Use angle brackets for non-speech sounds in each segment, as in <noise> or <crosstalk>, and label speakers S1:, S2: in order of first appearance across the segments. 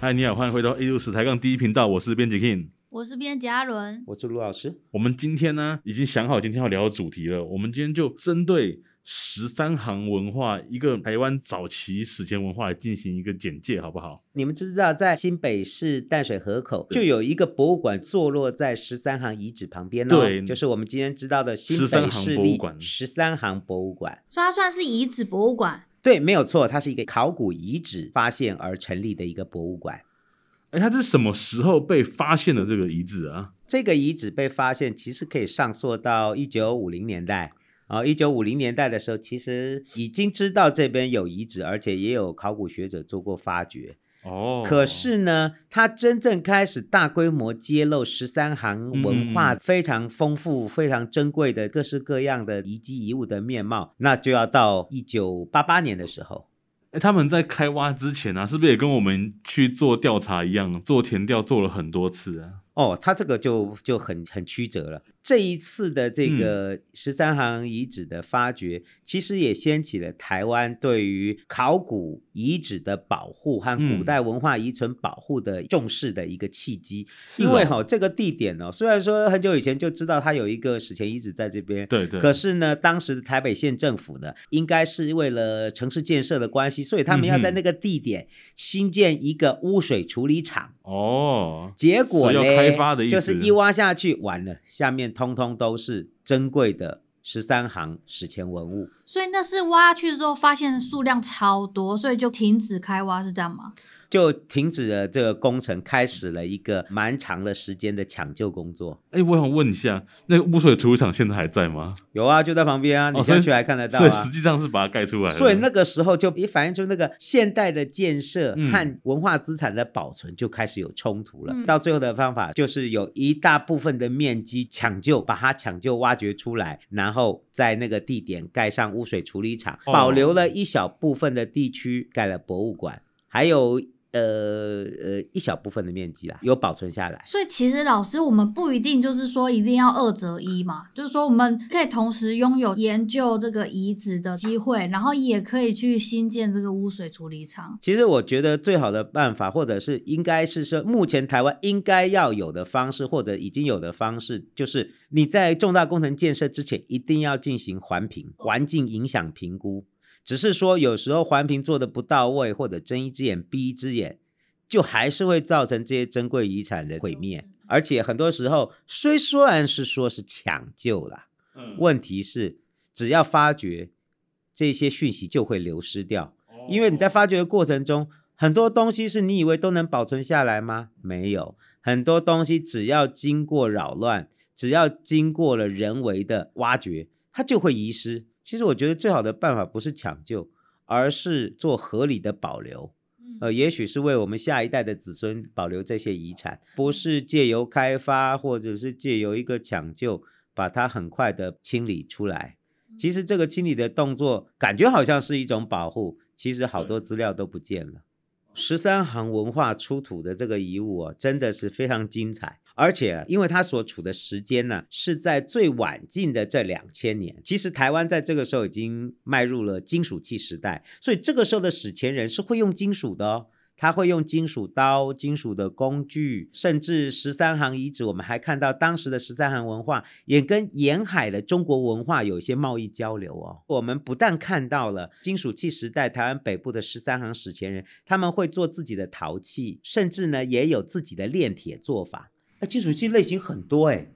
S1: 嗨，你好，欢迎回到 A 六十台杠第一频道，我是编辑 King。
S2: 我是编辑阿伦，
S3: 我是卢老师。
S1: 我们今天呢，已经想好今天要聊的主题了。我们今天就针对十三行文化，一个台湾早期史前文化来进行一个简介，好不好？
S3: 你们知不知道，在新北市淡水河口就有一个博物馆，坐落在十三行遗址旁边哦，
S1: 对
S3: 就是我们今天知道的新
S1: 13行
S3: 北市
S1: 博物
S3: 立
S1: 馆
S3: 十三行博物馆。
S2: 所以它算是遗址博物馆。
S3: 对，没有错，它是一个考古遗址发现而成立的一个博物馆。
S1: 哎，它是什么时候被发现的这个遗址啊？
S3: 这个遗址被发现，其实可以上溯到一九五零年代。啊，一九五零年代的时候，其实已经知道这边有遗址，而且也有考古学者做过发掘。
S1: 哦，
S3: 可是呢，他真正开始大规模揭露十三行文
S1: 嗯
S3: 化
S1: 嗯
S3: 非常丰富、非常珍贵的各式各样的遗迹遗物的面貌，那就要到一九八八年的时候。
S1: 哎，他们在开挖之前啊，是不是也跟我们去做调查一样，做填调做了很多次啊？
S3: 哦，他这个就就很很曲折了。这一次的这
S1: 嗯
S3: 个十三行遗址的发掘，其实也掀起了台湾对于考古遗址的保护和古
S1: 嗯
S3: 代文化遗存保护的重视的一个契机。
S1: 是
S3: 因为
S1: 哦
S3: 哈、这个地点哦，虽然说很久以前就知道它有一个史前遗址在这边，
S1: 对对，
S3: 可是呢，当时的台北县政府呢，应该是为了城市建设的关系，所以他们
S1: 嗯
S3: 要
S1: 哼
S3: 在那个地点新建一个污水处理厂。
S1: 哦，
S3: 结果
S1: 所以
S3: 呢
S1: 要，开发的意思
S3: 就是一挖下去，完了，下面通通都是珍贵的十三行史前文物。
S2: 所以那是挖下去之后发现数量超多，所以就停止开挖，是这样吗？
S3: 就停止了这个工程，开始了一个蛮长的时间的抢救工作。
S1: 哎，我想问一下，那个污水处理厂现在还在吗？
S3: 有啊，就在旁边啊，
S1: 哦
S3: 你
S1: 所以
S3: 下去还看得到
S1: 所以
S3: 啊
S1: 实。际上啊是把它盖出来了。
S3: <laughs> 所以那个时候就也反映出那个现代的建设
S1: 嗯
S3: 和文化资产的保存就开始有冲突了。
S2: 嗯
S3: 到最后的方法就是有一大部分的面积抢救，把它抢救挖掘出来，然后在那个地点盖上污水处理厂，
S1: 哦
S3: 保留了一小部分的地区盖了博物馆，还有。呃呃，一小部分的面积啦，有保存下来。
S2: 所以其实老师，我们不一定就是说一定要二择一嘛，就是说我们可以同时拥有研究这个遗址的机会，然后也可以去新建这个污水处理厂。
S3: 其实我觉得最好的办法，或者是应该是说，目前台湾应该要有的方式，或者已经有的方式，就是你在重大工程建设之前，一定要进行环评、环境影响评估。只是说有时候环评做的不到位，或者睁一只眼闭一只眼，就还是会造成这些珍贵遗产的毁灭。而且很多时候，虽虽然是说是抢救啦，
S1: 嗯
S3: 问题是只要发觉这些讯息就会流失掉。
S1: 哦
S3: 因为你在发掘的过程中，很多东西是你以为都能保存下来吗？没有，很多东西只要经过扰乱，只要经过了人为的挖掘，它就会遗失。其实我觉得最好的办法不是抢救，而是做合理的保留。
S2: 嗯
S3: 呃，也许是为我们下一代的子孙保留这些遗产，不是借由开发或者是借由一个抢救，把它很快的清理出来。其实这个清理的动作，感觉好像是一种保护，其实好多资料都不见了。十三行文化出土的这个遗物啊，真的是非常精彩，而且啊因为它所处的时间呢、是在最晚近的这两千年，其实台湾在这个时候已经迈入了金属器时代，所以这个时候的史前人是会用金属的哦。他会用金属刀、金属的工具，甚至十三行遗址，我们还看到当时的十三行文化也跟沿海的中国文化有一些贸易交流哦。我们不但看到了金属器时代台湾北部的十三行史前人，他们会做自己的陶器，甚至呢也有自己的炼铁做法。那金属器类型很多哎，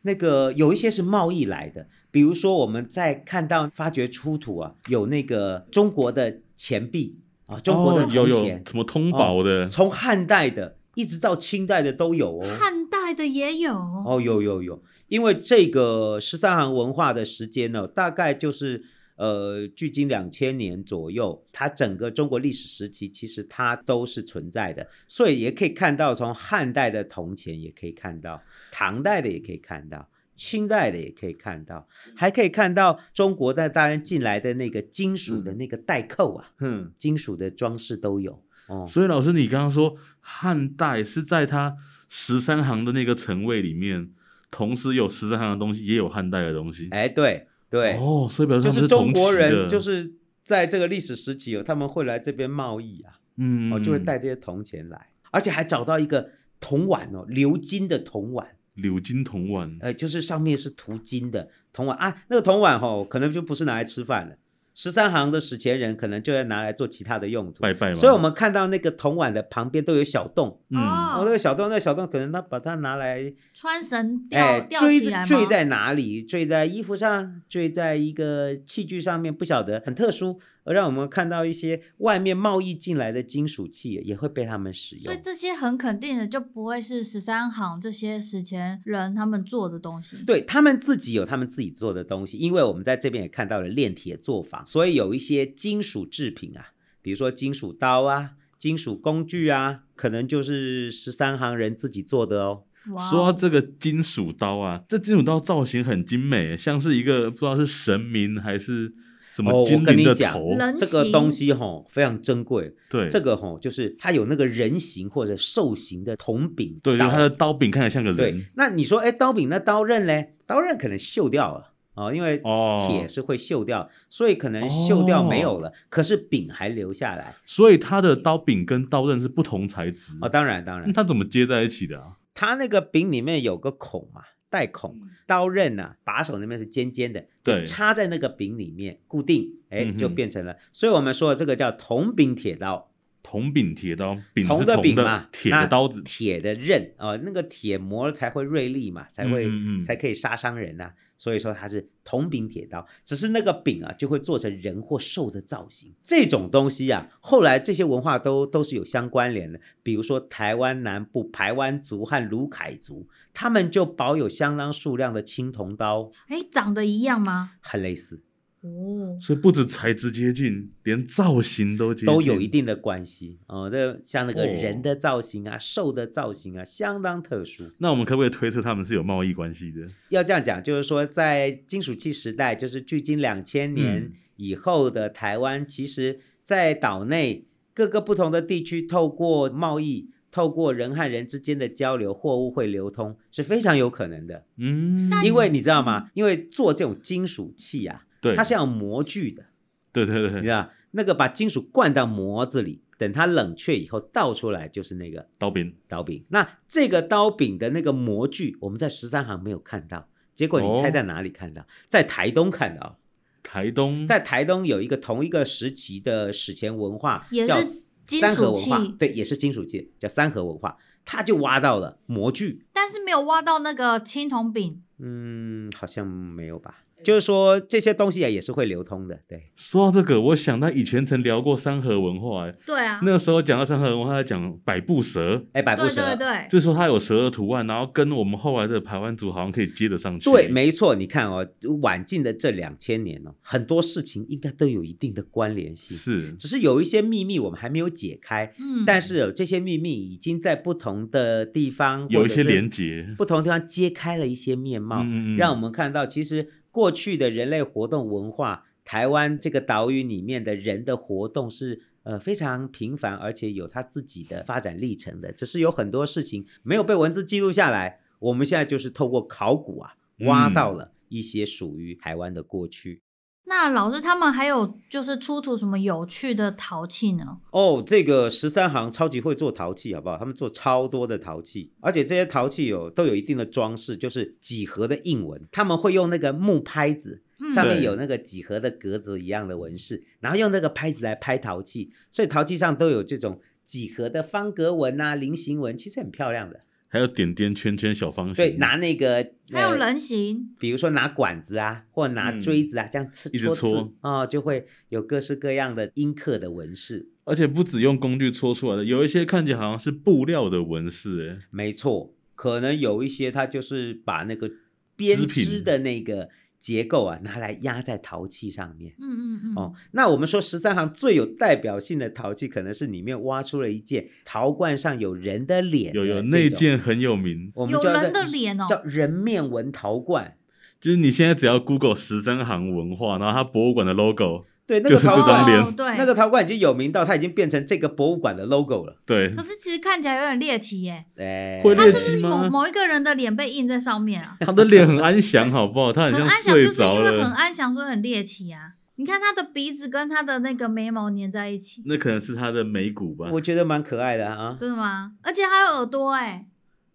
S3: 那个有一些是贸易来的，比如说我们在看到发掘出土啊，有那个中国的钱币啊，中国的
S1: 哦有
S3: 铜
S1: 有
S3: 钱。
S1: 什么通宝的，
S3: 从汉代的一直到清代的都有哦。
S2: 汉代的也有，
S3: 哦，有有有，因为这个十三行文化的时间呢、大概就是呃，距今两千年左右，它整个中国历史时期其实它都是存在的，所以也可以看到从汉代的铜钱也可以看到，唐代的也可以看到。清代的也可以看到，还可以看到中国的当然进来的那个金属的那个带扣啊，
S1: 嗯，
S3: 金属的装饰都有哦。
S1: 所以老师，你刚刚说汉代是在它十三行的那个层位里面，同时有十三行的东西，也有汉代的东西。
S3: 哎，对对，
S1: 哦，所以表示
S3: 就
S1: 他们
S3: 是中
S1: 同期
S3: 国人
S1: 的
S3: 就是在这个历史时期哦，他们会来这边贸易啊，
S1: 嗯，
S3: 哦，就会带这些铜钱来。而且还找到一个铜碗哦，鎏金的铜碗，
S1: 鎏金铜碗，
S3: 呃，就是上面是涂金的铜碗啊。那个铜碗哦，可能就不是拿来吃饭了。十三行的史前人可能就要拿来做其他的用途，
S1: 拜拜嘛。
S3: 所以我们看到那个铜碗的旁边都有小洞，
S1: 嗯，
S2: 哦
S3: 哦，那个小洞，那个小洞可能他把它拿来
S2: 穿绳
S3: 哎
S2: 吊吊
S3: 坠
S2: 起来
S3: 在
S2: 吗？
S3: 坠在哪里？坠在衣服上，坠在一个器具上面，不晓得，很特殊，而让我们看到一些外面贸易进来的金属器也会被他们使
S2: 所以
S3: 用。
S2: 这些很肯定的就不会是十三行这些史前人他们做的东西。，
S3: 对他们自己有他们自己做的东西，因为我们在这边也看到了炼铁作坊，所以有一些金属制品啊，比如说金属刀啊、金属工具啊，可能就是十三行人自己做的哦。
S2: 哇哦，
S1: 说到这个金属刀啊，这金属刀造型很精美，像是一个不知道是神明还是什
S3: 哦
S1: 么
S3: 我
S1: 精
S3: 跟
S1: 灵
S3: 你
S1: 的
S3: 讲
S1: 头，
S2: 人
S3: 这个
S2: 形
S3: 东西吼非常珍贵，
S1: 对，
S3: 这个吼、就是它有那个人形或者兽形的铜柄刀，
S1: 对，就是它的刀柄看起来像个
S3: 对
S1: 人。
S3: 那你说，哎，刀柄那刀刃嘞？刀刃可能锈掉了哦，因为
S1: 哦
S3: 铁是会锈掉，所以可能锈掉没有了，可是柄还留下来
S1: 所以它的刀柄跟刀刃是不同材质。
S3: 哦。当然，当
S1: 那
S3: 然，
S1: 它怎么接在一起的啊？
S3: 它那个柄里面有个孔嘛，带孔，刀刃呐、把手那边是尖尖的，
S1: 嗯对
S3: 插在那个柄里面固定，哎，
S1: 嗯哼
S3: 就变成了。所以我们说的这个叫铜柄铁刀。
S1: 铜柄铁刀，柄是
S3: 铜
S1: 铜
S3: 的柄嘛，
S1: 铁
S3: 那
S1: 的刀子，
S3: 铁的刃哦，那个铁磨才会锐利嘛，才会
S1: 嗯嗯嗯
S3: 才可以杀伤人呐、所以说它是铜柄铁刀，只是那个柄啊就会做成人或兽的造型。这种东西啊，后来这些文化都都是有相关联的。比如说台湾南部排湾族和卢凯族，他们就保有相当数量的青铜刀，
S2: 哎，长得一样吗？
S3: 很类似，
S2: 哦，
S1: 所以不止材质接近，连造型都接近，
S3: 都有一定的关系哦。这像那个
S1: 哦
S3: 人的造型啊，兽的造型啊，相当特殊。
S1: 那我们可不可以推测他们是有贸易关系的？
S3: 要这样讲，就是说，在金属器时代，就是距今两千年
S1: 嗯
S3: 以后的台湾，其实在岛内各个不同的地区，透过贸易，透过人和人之间的交流，货物会流通是非常有可能的。
S1: 嗯，
S2: 那
S3: 因为你知道吗？因为做这种金属器啊，
S1: 对，
S3: 它是要模具的，
S1: 对对
S3: 你
S1: 对
S3: 知
S1: 对，
S3: 道，那个把金属灌到模子里，等它冷却以后倒出来就是那个
S1: 刀柄。
S3: 刀柄。那这个刀柄的那个模具，我们在十三行没有看到，结果你
S1: 哦
S3: 猜在哪里看到？在台东看到，
S1: 台东
S3: 在台东有一个同一个时期的史前文化，
S2: 也
S3: 叫
S2: 是金
S3: 三河
S2: 属
S3: 文化
S2: 器，，
S3: 对，也是金属界，叫三河文化，他就挖到了模具，
S2: 但是没有挖到那个青铜柄。
S3: 嗯，好像没有吧。就是说这些东西啊也是会流通的，对，
S1: 说到这个，我想到以前曾聊过三河文化、欸，
S2: 对啊，
S1: 那个时候讲到三河文化，在讲百步蛇，
S3: 哎，百步
S2: 对
S3: 蛇，
S2: 对对，
S1: 就是说它有蛇的图案，然后跟我们后来的台湾族好像可以接得上去。
S3: 对，没错，你看哦，晚近的这两千年哦，很多事情应该都有一定的关联性，
S1: 是
S3: 只是有一些秘密我们还没有解开，
S2: 嗯，
S3: 但是、哦、这些秘密已经在不同的地方
S1: 有一些连
S3: 连
S1: 结。
S3: 不同地方揭开了一些面貌，
S1: 嗯嗯嗯
S3: 让我们看到其实过去的人类活动文化，台湾这个岛屿里面的人的活动是。呃，非常频繁，而且有他自己的发展历程的，只是有很多事情没有被文字记录下来。我们现在就是透过考古啊，挖
S1: 嗯
S3: 到了一些属于台湾的过去。
S2: 那老师他们还有就是出土什么有趣的陶器呢？
S3: 哦，这个十三行超级会做陶器，好不好？他们做超多的陶器，而且这些陶器有都有一定的装饰，就是几何的印纹。他们会用那个木拍子，
S2: 嗯，
S3: 上面
S1: 对
S3: 有那个几何的格子一样的纹饰，然后用那个拍子来拍陶器，所以陶器上都有这种几何的方格纹啊、菱形纹，其实很漂亮的。
S1: 还有点点、圈圈、小方形，
S3: 对，拿那个
S2: 还有
S3: 呃
S2: 人形，
S3: 比如说拿管子啊，或拿
S1: 嗯
S3: 锥子啊，这样刺
S1: 一直
S3: 戳刺
S1: 戳
S3: 哦，就会有各式各样的阴刻的纹饰。
S1: 而且不只用工具搓出来的，有一些看起来好像是布料的纹饰、欸，
S3: 没错，可能有一些它就是把那个编
S1: 织品
S3: 织的那个结构啊，拿来压在陶器上面。
S2: 嗯嗯嗯，
S3: 哦，那我们说十三行最有代表性的陶器，可能是里面挖出了一件陶罐上有人的脸，
S1: 哎有有那，件很有名，
S3: 我们
S2: 有
S3: 叫
S2: 人
S3: 做
S2: 的脸哦，
S3: 叫人面纹陶罐。
S1: 就是你现在只要 Google 十三行文化，然后它博物馆的 logo，
S3: 对，那
S1: 就
S3: 个
S1: 是这
S3: 陶
S1: 张
S3: 罐，
S1: 脸
S2: 哦、对，
S3: 那个陶罐已经有名到它已经变成这个博物馆的 logo 了。
S1: 对
S2: 可，是其实看起来有点猎奇耶，
S3: 哎，
S1: 会
S2: 他是
S1: 猎
S2: 不
S1: 奇
S2: 是某
S1: 吗
S2: 某一个人的脸被印在上面啊？
S1: 他的脸很安详，好不好？他
S2: 很
S1: 像
S2: 安详，
S1: 睡
S2: 就是因
S1: 着
S2: 为很
S1: 了，
S2: 安详，所以很猎奇啊。你看他的鼻子跟他的那个眉毛粘在一起，
S1: 那可能是它的眉骨吧。
S3: 我觉得蛮可爱的啊。
S2: 真的吗？而且还有耳朵哎、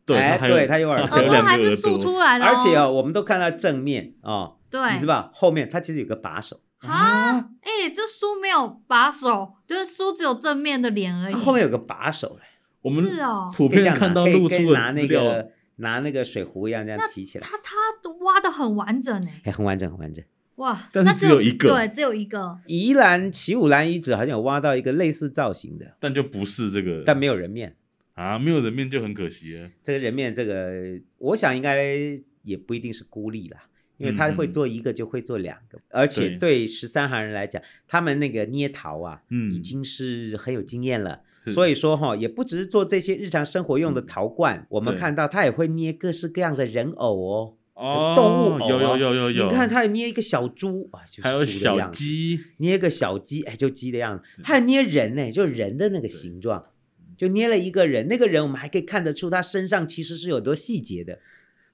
S1: 对，
S3: 哎
S1: 它还有
S3: 对它有耳
S1: 还
S3: 朵
S2: 耳
S1: 有
S2: 朵
S1: <laughs> 两个
S2: 还是
S1: 耳
S2: 竖
S1: 朵
S2: 出来的、哦，
S3: 而且哦，我们都看到正面哦，
S2: 对，
S3: 你知道后面它其实有个把手，
S2: 啊，哎、这书没有把手，就是书只有正面的脸而已。
S3: 它啊后面有个把手，哎
S1: 我们
S2: 是哦
S1: 普
S3: 可以这
S1: 遍
S3: 样
S1: 看
S3: 拿，
S1: 到
S3: 可以
S1: 露
S3: 可以
S1: 出
S3: 拿
S1: 的
S3: 那
S1: 资料
S3: 个拿那个水壶一样这样提起来，
S2: 他他挖的很完整哎、
S3: 哎，很完整很完整。
S2: 哇，
S1: 但是
S2: 那
S1: 只有一个
S2: 对，只有一个，
S3: 宜兰奇武兰遗址好像有挖到一个类似造型的，
S1: 但就不是这个，
S3: 但没有人面。
S1: 啊，没有人面就很可惜了。
S3: 这个人面这个，我想应该也不一定是孤立啦，因为他
S1: 嗯嗯
S3: 会做一个就会做两个，而且
S1: 对
S3: 对十三行人来讲，他们那个捏陶啊，
S1: 嗯，
S3: 已经是很有经验了。
S1: 是
S3: 所以说哈，也不只是做这些日常生活用的
S1: 嗯
S3: 陶罐，我们
S1: 对
S3: 看到他也会捏各式各样的人偶哦。
S1: 哦，
S3: 动物偶
S1: 有有
S3: 啊
S1: 有有有，
S3: 你看，他也捏一个小猪啊，就是
S1: 还有
S3: 猪的
S1: 小
S3: 样子；
S1: 鸡，
S3: 捏个小鸡，哎，就鸡的样子；还有捏人呢、就是人的那个形状，就捏了一个人。那个人我们还可以看得出他身上其实是有很多细节的。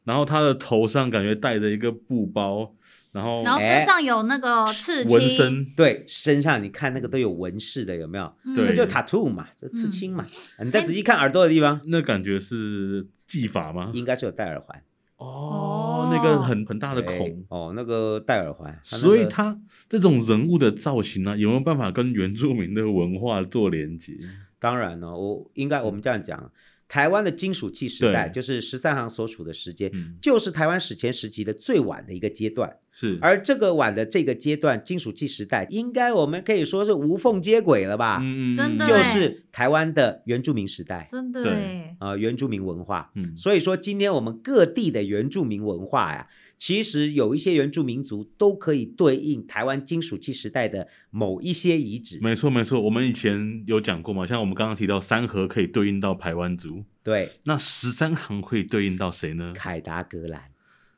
S1: 然后它的头上感觉戴着一个布包，然后
S2: 然后身上有那个刺青，
S1: 纹身，
S3: 对，身上你看那个都有纹饰的，有没有？
S2: 嗯
S1: 对
S3: 这就 tattoo 嘛，这刺
S2: 嗯
S3: 青嘛。你再
S2: 哎
S3: 仔细看耳朵的地方，
S1: 那感觉是技法吗？
S3: 应该是有戴耳环。
S1: 哦
S2: 哦，
S1: 那个很很大的
S3: 对
S1: 孔。
S3: 哦，那个戴耳环，它那
S1: 所以
S3: 个
S1: 它这种人物的造型呢、啊有没有办法跟原住民的文化做连接？
S3: 当然呢、我应该我们这样讲，台湾的金属器时
S1: 对
S3: 代就是十三行所处的时间，
S1: 嗯，
S3: 就是台湾史前时期的最晚的一个阶段。
S1: 是，
S3: 而这个晚的这个阶段，金属器时代，应该我们可以说是无缝接轨了吧？
S1: 嗯
S2: 真的
S3: 啊就
S2: 对
S3: 是台湾的原住民时代，
S2: 真的
S1: 对
S2: 哎、
S3: 呃，原住民文化。
S1: 嗯，
S3: 所以说，今天我们各地的原住民文化呀，其实有一些原住民族都可以对应台湾金属器时代的某一些遗址。
S1: 没错没错。我们以前有讲过嘛，像我们刚刚提到三河可以对应到排湾族，
S3: 对，
S1: 那十三行可以对应到谁呢？
S3: 凯达格兰。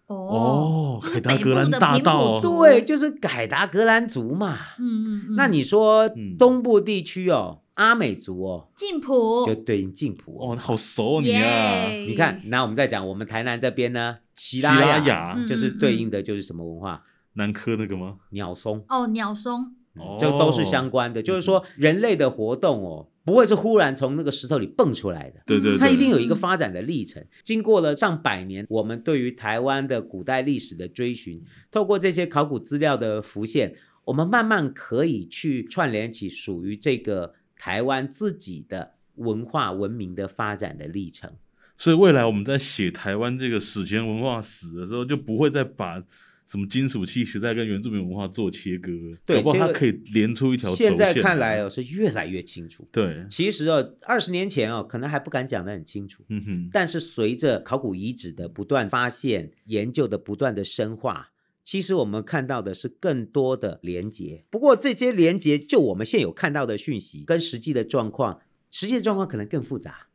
S2: 哦，
S1: 哦
S2: 就是
S1: 凯达
S2: 北
S1: 格
S2: 部
S1: 兰
S2: 的
S1: 大
S2: 平埔
S1: 道哦
S2: 族
S3: 对，，就是凯达格兰族嘛。
S2: 嗯嗯嗯，
S3: 那你说
S1: 嗯
S3: 东部地区哦，阿美族哦，
S2: 进普
S3: 就对应晋普
S1: 哦，好熟哦你啊！
S2: 耶，
S3: 你看，那我们再讲我们台南这边呢，奇
S1: 希拉
S3: 拉
S1: 雅、
S2: 嗯
S3: 就是对应的就是什么文化？
S1: 南科那个吗？
S3: 鸟松，
S2: 哦，鸟松，
S1: 哦嗯
S3: 这嗯都是相关的。就是说，人类的活动哦，不会是忽然从那个石头里蹦出来的。
S1: 对
S2: 嗯
S1: 对对，
S3: 它一定有一个发展的历程，经过了上百年，我们对于台湾的古代历史的追寻，透过这些考古资料的浮现，我们慢慢可以去串联起属于这个台湾自己的文化文明的发展的历程。
S1: 所以未来我们在写台湾这个史前文化史的时候，就不会再把什么金属器时代跟原住民文化做切割，
S3: 对
S1: 搞不好
S3: 这
S1: 它
S3: 个
S1: 可以连出一条轴线。
S3: 现在看来哦，是越来越清楚。
S1: 对，
S3: 其实哦，二十年前哦，可能还不敢讲得很清楚，
S1: 嗯哼，
S3: 但是随着考古遗址的不断发现、研究的不断的深化，其实我们看到的是更多的连结。不过这些连结，就我们现有看到的讯息跟实际的状况，实际的状况可能更复杂，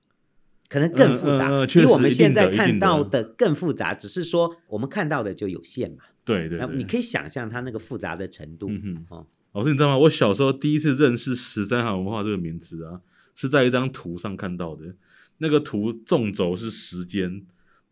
S3: 可能更复
S1: 嗯
S3: 杂，
S1: 嗯嗯确
S3: 比
S1: 实
S3: 我们现在
S1: 一定的一
S3: 看
S1: 定的
S3: 到的更复杂。只是说我们看到的就有限嘛，
S1: 对对
S3: 那
S1: 对，
S3: 你可以想象它那个复杂的程度。
S1: 嗯哼
S3: 哦，
S1: 老师，你知道吗？我小时候第一次认识十三行文化这个名词啊，是在一张图上看到的。那个图纵轴是时间，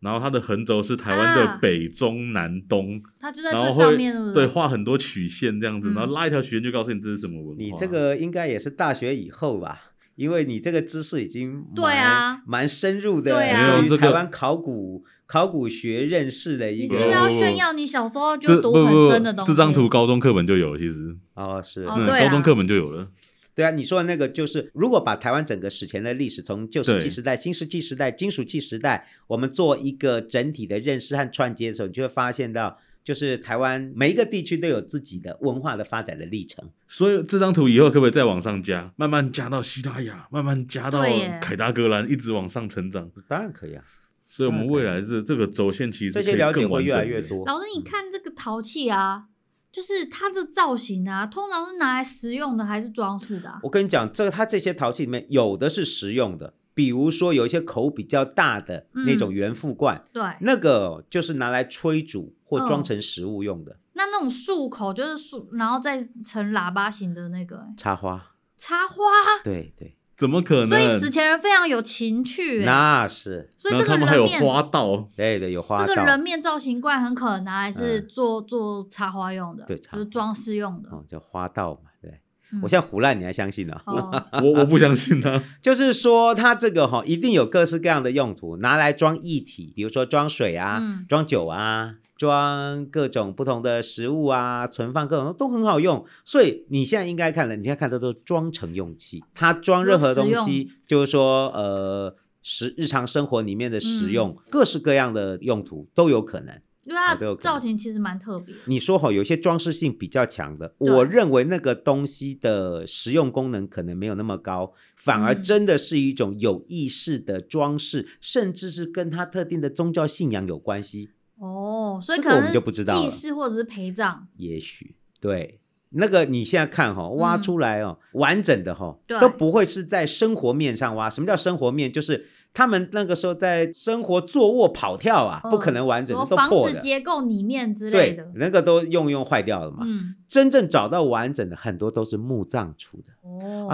S1: 然后它的横轴是台湾的
S2: 啊
S1: 北、中、南、东，
S2: 它就在
S1: 然后
S2: 最上面
S1: 会
S2: 了，
S1: 对画很多曲线这样子，
S2: 嗯
S1: 然后拉一条曲线就告诉你这是什么文化。
S3: 你这个应该也是大学以后吧，因为你这个知识已经蛮
S2: 对啊
S3: 蛮深入的，
S2: 对啊
S3: 对
S1: 没有这个
S3: 于台湾考古考古学认识的一
S2: 你
S3: 个
S2: 是不是要
S1: 不不
S2: 炫耀你小时候
S1: 这
S2: 就
S1: 不
S2: 读
S1: 不
S2: 很
S1: 不
S2: 深的东西？
S1: 这张图高中课本就有了，其实，
S3: 哦是
S2: 哦
S1: 嗯，
S2: 对啊
S1: 高中课本就有了。
S3: 对啊，你说的那个就是，如果把台湾整个史前的历史从旧石
S1: 对
S3: 器时代、新石器时代、金属器时代，我们做一个整体的认识和串接的时候，你就会发现到，就是台湾每一个地区都有自己的文化的发展的历程。
S1: 所以这张图以后可不可以再往上加，慢慢加到西拉雅，慢慢加到
S2: 对耶
S1: 凯达格兰，一直往上成长。
S3: 当然可以啊，
S1: 所以我们未来这这个轴线其实
S3: 这
S1: 可
S3: 些
S1: 以
S3: 了解
S1: 更
S3: 会
S1: 完
S3: 越来
S1: 整
S3: 越
S1: 的。
S3: 多。
S2: 老师，你看这个陶器啊，就是它的造型啊，通常是拿来食用的还是装饰的、啊？
S3: 我跟你讲，这个它这些陶器里面有的是实用的，比如说有一些口比较大的那
S2: 嗯
S3: 种圆腹罐，
S2: 对，
S3: 那个就是拿来炊煮或
S2: 嗯
S3: 装成食物用的。
S2: 那那种漱口就是漱，然后再成喇叭形的那个、欸
S3: 插花，
S2: 插花，
S3: 对对，
S1: 怎么可能？
S2: 所以史前人非常有情趣、欸，
S3: 那是
S2: 所以
S1: 然后
S2: 这
S1: 他
S2: 个
S1: 们还
S2: 人
S1: 有
S2: 面，
S1: 花道，
S3: 对的，有花
S2: 这个
S3: 道。
S2: 人面造型怪很可能拿来是
S3: 嗯
S2: 做、做插花用的，
S3: 对插
S2: 就是装饰用的。
S3: 哦，叫花道嘛，对。
S2: 嗯
S3: 我像胡乱，你还相信呢、
S2: 哦，
S1: 我我不相信啊他。
S3: <laughs> 就是说，它这个哈、一定有各式各样的用途，拿来装液体，比如说装水啊、 <laughs>
S2: 嗯
S3: 装酒啊、装各种不同的食物啊，存放各种都很好用。所以你现在应该看了，你现在看的都是装成用器，它装任何东
S2: 都实
S3: 西，就是说呃，食日常生活里面的食
S2: 嗯
S3: 用，各式各样的用途都有可能。
S2: 因为它
S3: 哦都有可能
S2: 造型其实蛮特别的，
S3: 你说哈，有些装饰性比较强的，
S2: 对
S3: 我认为那个东西的实用功能可能没有那么高，反而
S2: 嗯
S3: 真的是一种有意识的装饰，甚至是跟它特定的宗教信仰有关系，
S2: 哦，所以
S3: 这
S2: 可
S3: 个我们
S2: 能
S3: 就不知道
S2: 祭
S3: 了
S2: 祀或者是陪葬，
S3: 也许对。那个你现在看哈、挖
S2: 嗯
S3: 出来哦，完整的哈、
S2: 对
S3: 都不会是在生活面上挖。什么叫生活面？就是他们那个时候在生活坐卧跑跳啊，不可能完整
S2: 嗯说
S3: 的，都
S2: 房
S3: 破
S2: 子
S3: 的。
S2: 结构里面之类
S3: 对
S2: 的，，
S3: 那个都用用坏掉了嘛。
S2: 嗯，
S3: 真正找到完整的，很多都是墓葬出的。啊，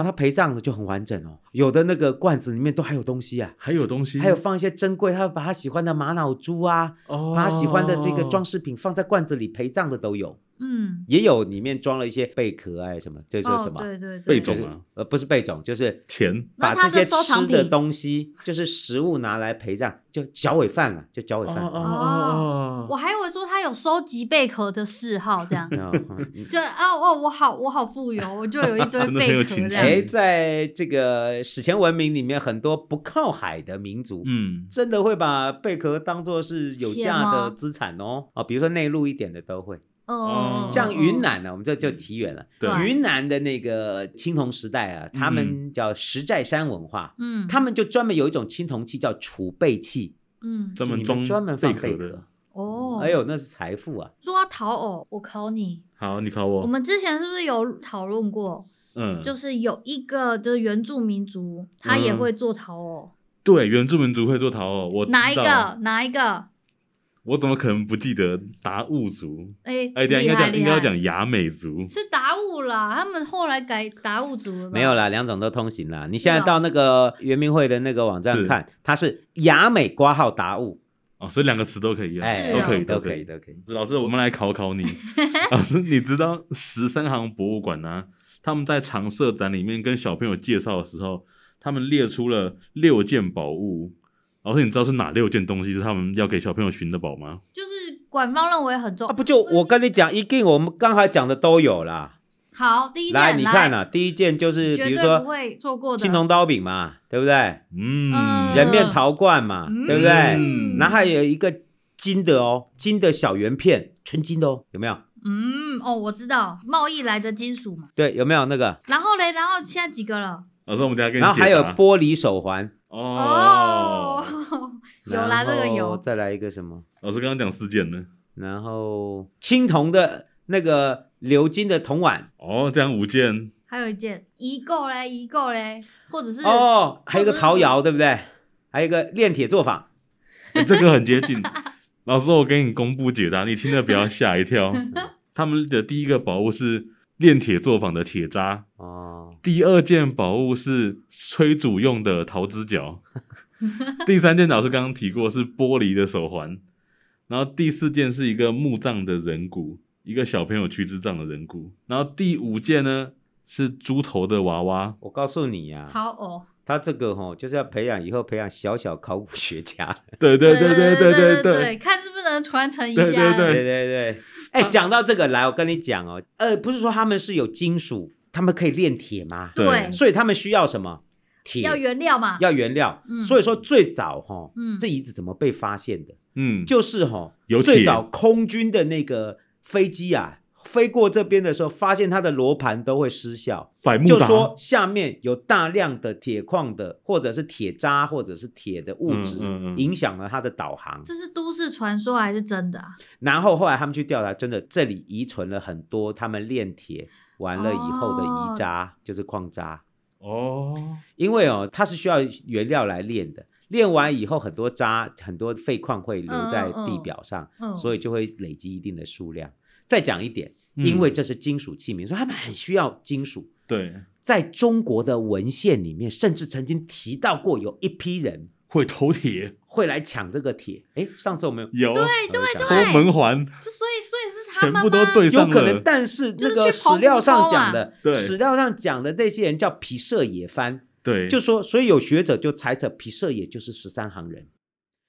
S2: 哦，
S3: 它陪葬的就很完整哦，有的那个罐子里面都还有东西啊，
S1: <laughs> 还有东西，
S3: 还有放一些珍贵，他把他喜欢的玛瑙珠啊，
S1: 哦
S3: 把他喜欢的这个装饰品放在罐子里陪葬的都有，
S2: 嗯，
S3: 也有里面装了一些贝壳啊什么，这是什
S2: 哦，
S3: 么？
S2: 对对对，
S1: 贝
S3: 就
S1: 种
S3: 是
S1: 啊
S3: 呃，不是贝种，就是
S1: 钱，
S2: 那
S3: 把
S2: 它
S3: 这
S2: 的
S3: 些
S2: 收藏
S3: 吃的
S2: 品
S3: 东西，就是食物拿来陪葬，就小尾饭了、就小尾
S1: 哦
S3: 饭。
S1: 哦
S3: 啊
S1: 哦
S2: 我还以为说他有收集贝壳的嗜好，这
S1: <laughs>
S2: 样
S3: 嗯
S2: 就啊哦，我好我好富有，我就有一堆
S1: <laughs> 真的很有
S2: 贝壳
S1: 情
S2: 这
S1: 趣
S2: 样。
S3: 哎，在这个史前文明里面，很多不靠海的民族，
S1: 嗯，
S3: 真的会把贝壳当做是有价
S2: 钱
S3: 的
S2: 吗
S3: 资产哦，啊，比如说内陆一点的都会，
S2: 嗯，
S3: 像
S2: 嗯
S3: 云，南啊呢、我们这
S1: 嗯
S3: 就提远了。
S1: 对
S2: 对
S3: 云南的那个青铜时代啊，
S1: 嗯
S3: 他们叫石寨山文化，
S2: 嗯，
S3: 他们就专门有一种青铜器叫储备器，
S2: 嗯，
S1: 专
S3: 就
S1: 门
S3: 里面
S1: 装
S3: 专门
S1: 贝
S3: 放
S1: 壳
S3: 壳
S1: 的。。
S2: 哦，
S3: 哎呦，那是财富啊！
S2: 说到陶偶，我考你，
S1: 好，你考
S2: 我
S1: 我，
S2: 们之前是不是有讨论过？
S1: 哦嗯，
S2: 就是有一个就是原住民族，他也会做陶偶，
S1: 对，原住民族会做陶哦，我知
S2: 哪一
S1: 道
S2: 个？哪一个？
S1: 我怎么可能不记得达悟族？
S2: 哎，
S1: 哎，等一
S2: 厉
S1: 下应该
S2: 害
S1: 讲应
S2: 厉
S1: 该要
S2: 害，
S1: 讲雅美族，
S2: 是达悟啦，他们后来改达悟族了吧，
S3: 没有啦，两种都通行啦。你现在
S2: 是啊
S3: 到那个圆明会的那个网站
S1: 是
S3: 看，它是雅美挂号达悟，
S1: 哦，所以两个词都可以用，
S2: 啊
S3: 哎，
S2: 哦
S1: 都可以，
S3: 都
S1: 可
S3: 可以，。都可以。
S1: 老师，我们来考考你。 <laughs> 老师，你知道十三行博物馆呢、啊他们在常设展里面跟小朋友介绍的时候，他们列出了六件宝物。老师，你知道是哪六件东西是他们要给小朋友寻的宝吗？
S2: 就是官方认为很重
S3: 啊，。不就我跟你讲，一定我们刚才讲的都有啦。
S2: 好，第一件
S3: 来，你看
S2: 来
S3: 啊，第一件就是比
S2: 绝对
S3: 如
S2: 不
S3: 说
S2: 会错过的。
S3: 青铜刀柄嘛，对不对？
S1: 嗯，
S2: 嗯
S3: 人面陶罐嘛，
S2: 嗯
S3: 对不对？
S1: 嗯
S3: 然后还有一个金的哦，金的小圆片，纯金的哦，有没有？
S2: 嗯，哦，我知道，贸易来的金属嘛。
S3: 对，有没有那个？
S2: 然后嘞，然后现在几个了？
S1: 老师，我们等一下跟你
S3: 然后还
S1: 解
S3: 有
S1: 答
S3: 玻璃手环，
S1: 哦
S2: 哦， <laughs> 有啦，
S3: 然
S2: 这个
S3: 后
S2: 有。
S3: 再来一个什么？
S1: 老师刚刚讲四件呢。
S3: 然后青铜的那个鎏金的铜碗
S1: 哦，这样五件。
S2: 还有一件一购嘞，一购嘞，或者是嗯
S3: 哦，还有一个
S2: 或者是
S3: 陶窑，对不对？还有一个炼铁做法，
S1: 欸这个很接近。老师，我给你公布解答，你听了不要吓一
S2: <laughs>
S1: 跳。他们的第一个宝物是炼铁作坊的铁渣，
S3: 哦，
S1: 第二件宝物是吹煮用的桃子
S2: <laughs>
S1: 角，第三件老师刚刚提过是玻璃的手环，然后第四件是一个墓葬的人骨，一个小朋友去之葬的人骨，然后第五件呢是猪头的娃娃。
S3: 我告诉你呀、
S2: 陶哦偶。
S3: 他这个吼、就是要培养以后培养小小考古
S2: <laughs>
S3: 学家。
S1: 对对对
S2: 对
S1: 对
S2: 对
S1: 对，
S2: 看是不是能传承一下。欸
S1: 对对对
S3: 对对对，哎、讲到这个来，我跟你讲哦，呃，不是说他们是有金属，他们可以炼铁吗？
S2: 对
S3: 所以他们需要什么？铁
S2: 要原料嘛。
S3: 要原料。
S2: 嗯
S3: 所以说最早哈、
S2: 嗯
S3: 这遗址怎么被发现的？
S1: 嗯，
S3: 就是哈、
S1: 有铁
S3: 最早空军的那个飞机啊，飞过这边的时候，发现它的罗盘都会失效，
S1: 百慕
S3: 就
S1: 达
S3: 说下面有大量的铁矿的，或者是铁渣，或者是铁的物质，
S1: 嗯嗯嗯
S3: 影响了它的导航。
S2: 这是都市传说还是真的啊？
S3: 然后后来他们去调查，真的这里遗存了很多他们炼铁完了以后的遗渣，就是矿渣。
S1: 哦，
S3: 因为哦，它是需要原料来炼的，炼完以后很多渣、很多废矿会留在地表上，
S2: 嗯，
S3: 所以就会累积一定的数量。再讲一点，
S1: 嗯
S3: 因为这是金属器皿，所以他们很需要金属。
S1: 对，
S3: 在中国的文献里面，甚至曾经提到过有一批人
S1: 会头铁，
S3: 会来抢这个铁。诶，上次我们
S1: 有
S3: 对对
S1: 抠门环，
S2: 就所以所以是他
S1: 全
S2: 们吗
S1: 部都对
S3: 有
S1: 上
S3: 可能
S1: 了，，
S3: 但是
S2: 就
S3: 那
S2: 是
S3: 个
S2: 去
S3: 史
S2: 澎湖
S3: 料上
S2: 偷啊
S3: 讲的，
S1: 对
S3: 史料上讲的这些人叫皮舍野番，
S1: 对，
S3: 就说，所以有学者就猜测皮舍野就是十三行人，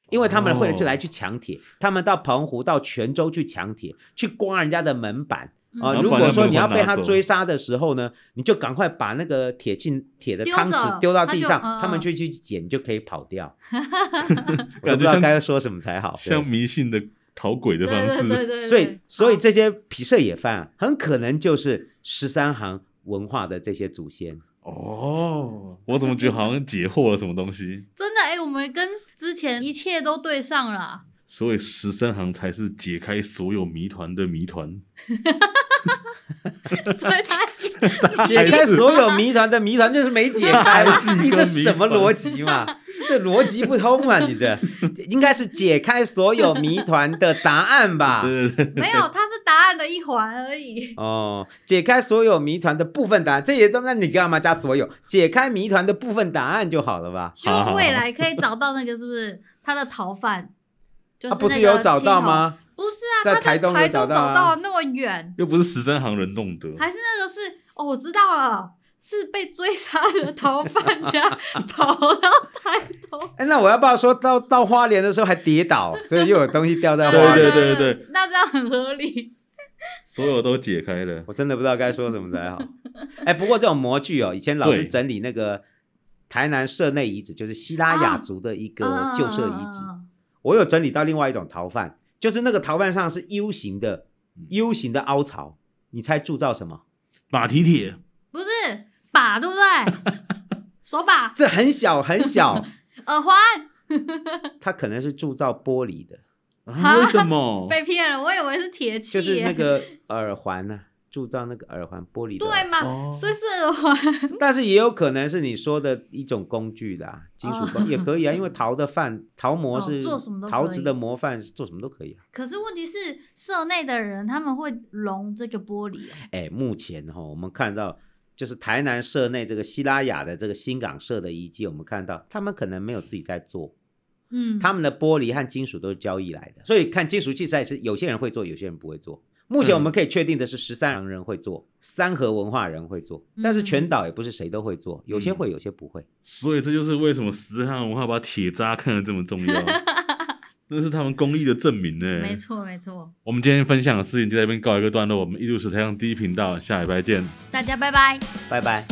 S3: 因为他们会
S1: 哦
S3: 去来去抢铁，他们到澎湖、到泉州去抢铁，去刮人家的门板
S2: 嗯
S3: 啊、
S1: 然后
S3: 如
S1: 把
S3: 果
S1: 那
S3: 说
S1: 门
S3: 你要
S1: 板
S3: 被
S1: 拿
S3: 他
S1: 走
S3: 追杀的时候呢，你就赶快把那个铁器、铁的
S2: 丢
S3: 汤匙
S2: 着
S3: 丢到
S2: 他
S3: 地
S2: 就
S3: 上，
S2: 嗯
S3: 他们
S2: 嗯
S3: 就去捡，就可以跑
S2: <laughs>
S3: 掉。我
S1: 感
S3: 都不知
S1: 觉
S3: 道
S1: 像
S3: 该说什么才好。对
S1: 像迷信的讨鬼的
S2: 对
S1: 方
S2: 对对对
S1: 式，
S2: 对，
S3: 所以，所以
S2: 好
S3: 这些皮舍野饭、啊、很可能就是十三行文化的这些
S2: <laughs>
S3: 祖先。
S1: 哦，我怎么觉得好像解惑了什么东西？ <laughs>
S2: 真的哎、我们跟之前一切都对上了
S3: <laughs>
S2: 啊。
S1: 所以十三行才是解开所有谜团的谜团，
S2: 所以他是
S3: 解
S1: 还
S3: 开
S1: 是
S3: 所有谜团的谜团就是没解开
S1: 还
S3: 嘛
S1: 是一，个
S3: 你这什么
S1: 谜团
S3: 逻辑嘛？这逻辑不通啊！你这 <laughs> 应该是解开所有谜团的答案吧？
S1: 对对对，
S2: 没有，他是答案的一环而
S3: <laughs>
S2: 已。
S3: 哦，解开所有谜团的部分答案，这也都那你干嘛加所有？解开谜团的部分答案就好了吧？
S2: 希望未来可以找到那个是不是他的逃犯？就
S3: 啊，
S2: 那个
S3: 不是有找
S2: 青
S3: 到
S2: 铜？
S3: 吗？
S2: 不是啊，
S3: 在
S2: 他
S3: 台东
S2: 东
S3: 有
S2: 台
S3: 找到啊
S2: 找
S3: 嗯
S2: 到那么远，
S1: 又不是十三行人弄的，
S2: 还是那个是哦，我知道了，是被追杀的逃犯家跑到台
S3: <laughs>
S2: 东。
S3: 哎，那我要不要说到到花莲的时候还跌倒，所以又有东西掉在花
S1: 对
S3: 莲？
S1: 对对对
S2: 那这样很合理。
S1: 所有都解开了，
S3: 我真的不知道该说什
S2: <laughs>
S3: 么才好。哎，不过这种模具哦，以前老师
S1: 对
S3: 整理那个台南社内遗址，就是希拉雅族的一个旧社遗址，
S2: 嗯
S3: 我有整理到另外一种逃犯，就是那个逃犯上是 U 型的，U 型的凹槽，你猜铸造什么？
S1: <laughs> 马蹄铁，
S2: 不是把
S3: <laughs>
S2: 对不对？手把、
S3: 这很小
S2: <laughs>
S3: 很小，
S2: 耳环
S3: 它可能是铸造玻璃的，
S1: 啊为什么？
S2: 被骗了，我以为是铁器
S3: 哦就
S2: 耶，
S3: 是那个耳环呢、啊 <laughs> 铸造那个耳环玻璃的耳
S2: <laughs> 对
S3: 环，
S2: 嘛？
S1: 哦
S2: 所以是耳环。
S3: 但是也有可能是你说的一种工具啦，金属工、
S2: <laughs>
S3: 也可以啊，因为陶的饭陶模
S2: 哦
S3: 是、
S2: 做什么都可以
S3: 陶瓷的模范是做什么都可以啊。
S2: 可是问题是，社内的人他们会融这个玻璃哦、
S3: 哎，目前哈、我们看到就是台南社内这个希拉雅的这个新港社的遗迹，我们看到他们可能没有自己在做，
S2: 嗯，
S3: 他们的玻璃和金属都是交易来的，所以看金属器材是有些人会做，有些人不会做。目前
S1: 嗯
S3: 我们可以确定的是，十三行人会做，三河文化人会做，但是全岛也不是谁都会做，有些会，有些不会。
S1: 所以这就是为什么十三行文化把铁渣看得这么重
S2: <laughs>
S1: 要，那是他们功力的证明呢。
S2: 没错没错。
S1: 我们今天分享的事情就在这边告一个段落，我们一路史台上第一频道，下礼拜见。
S2: 大家拜拜。
S3: 拜拜。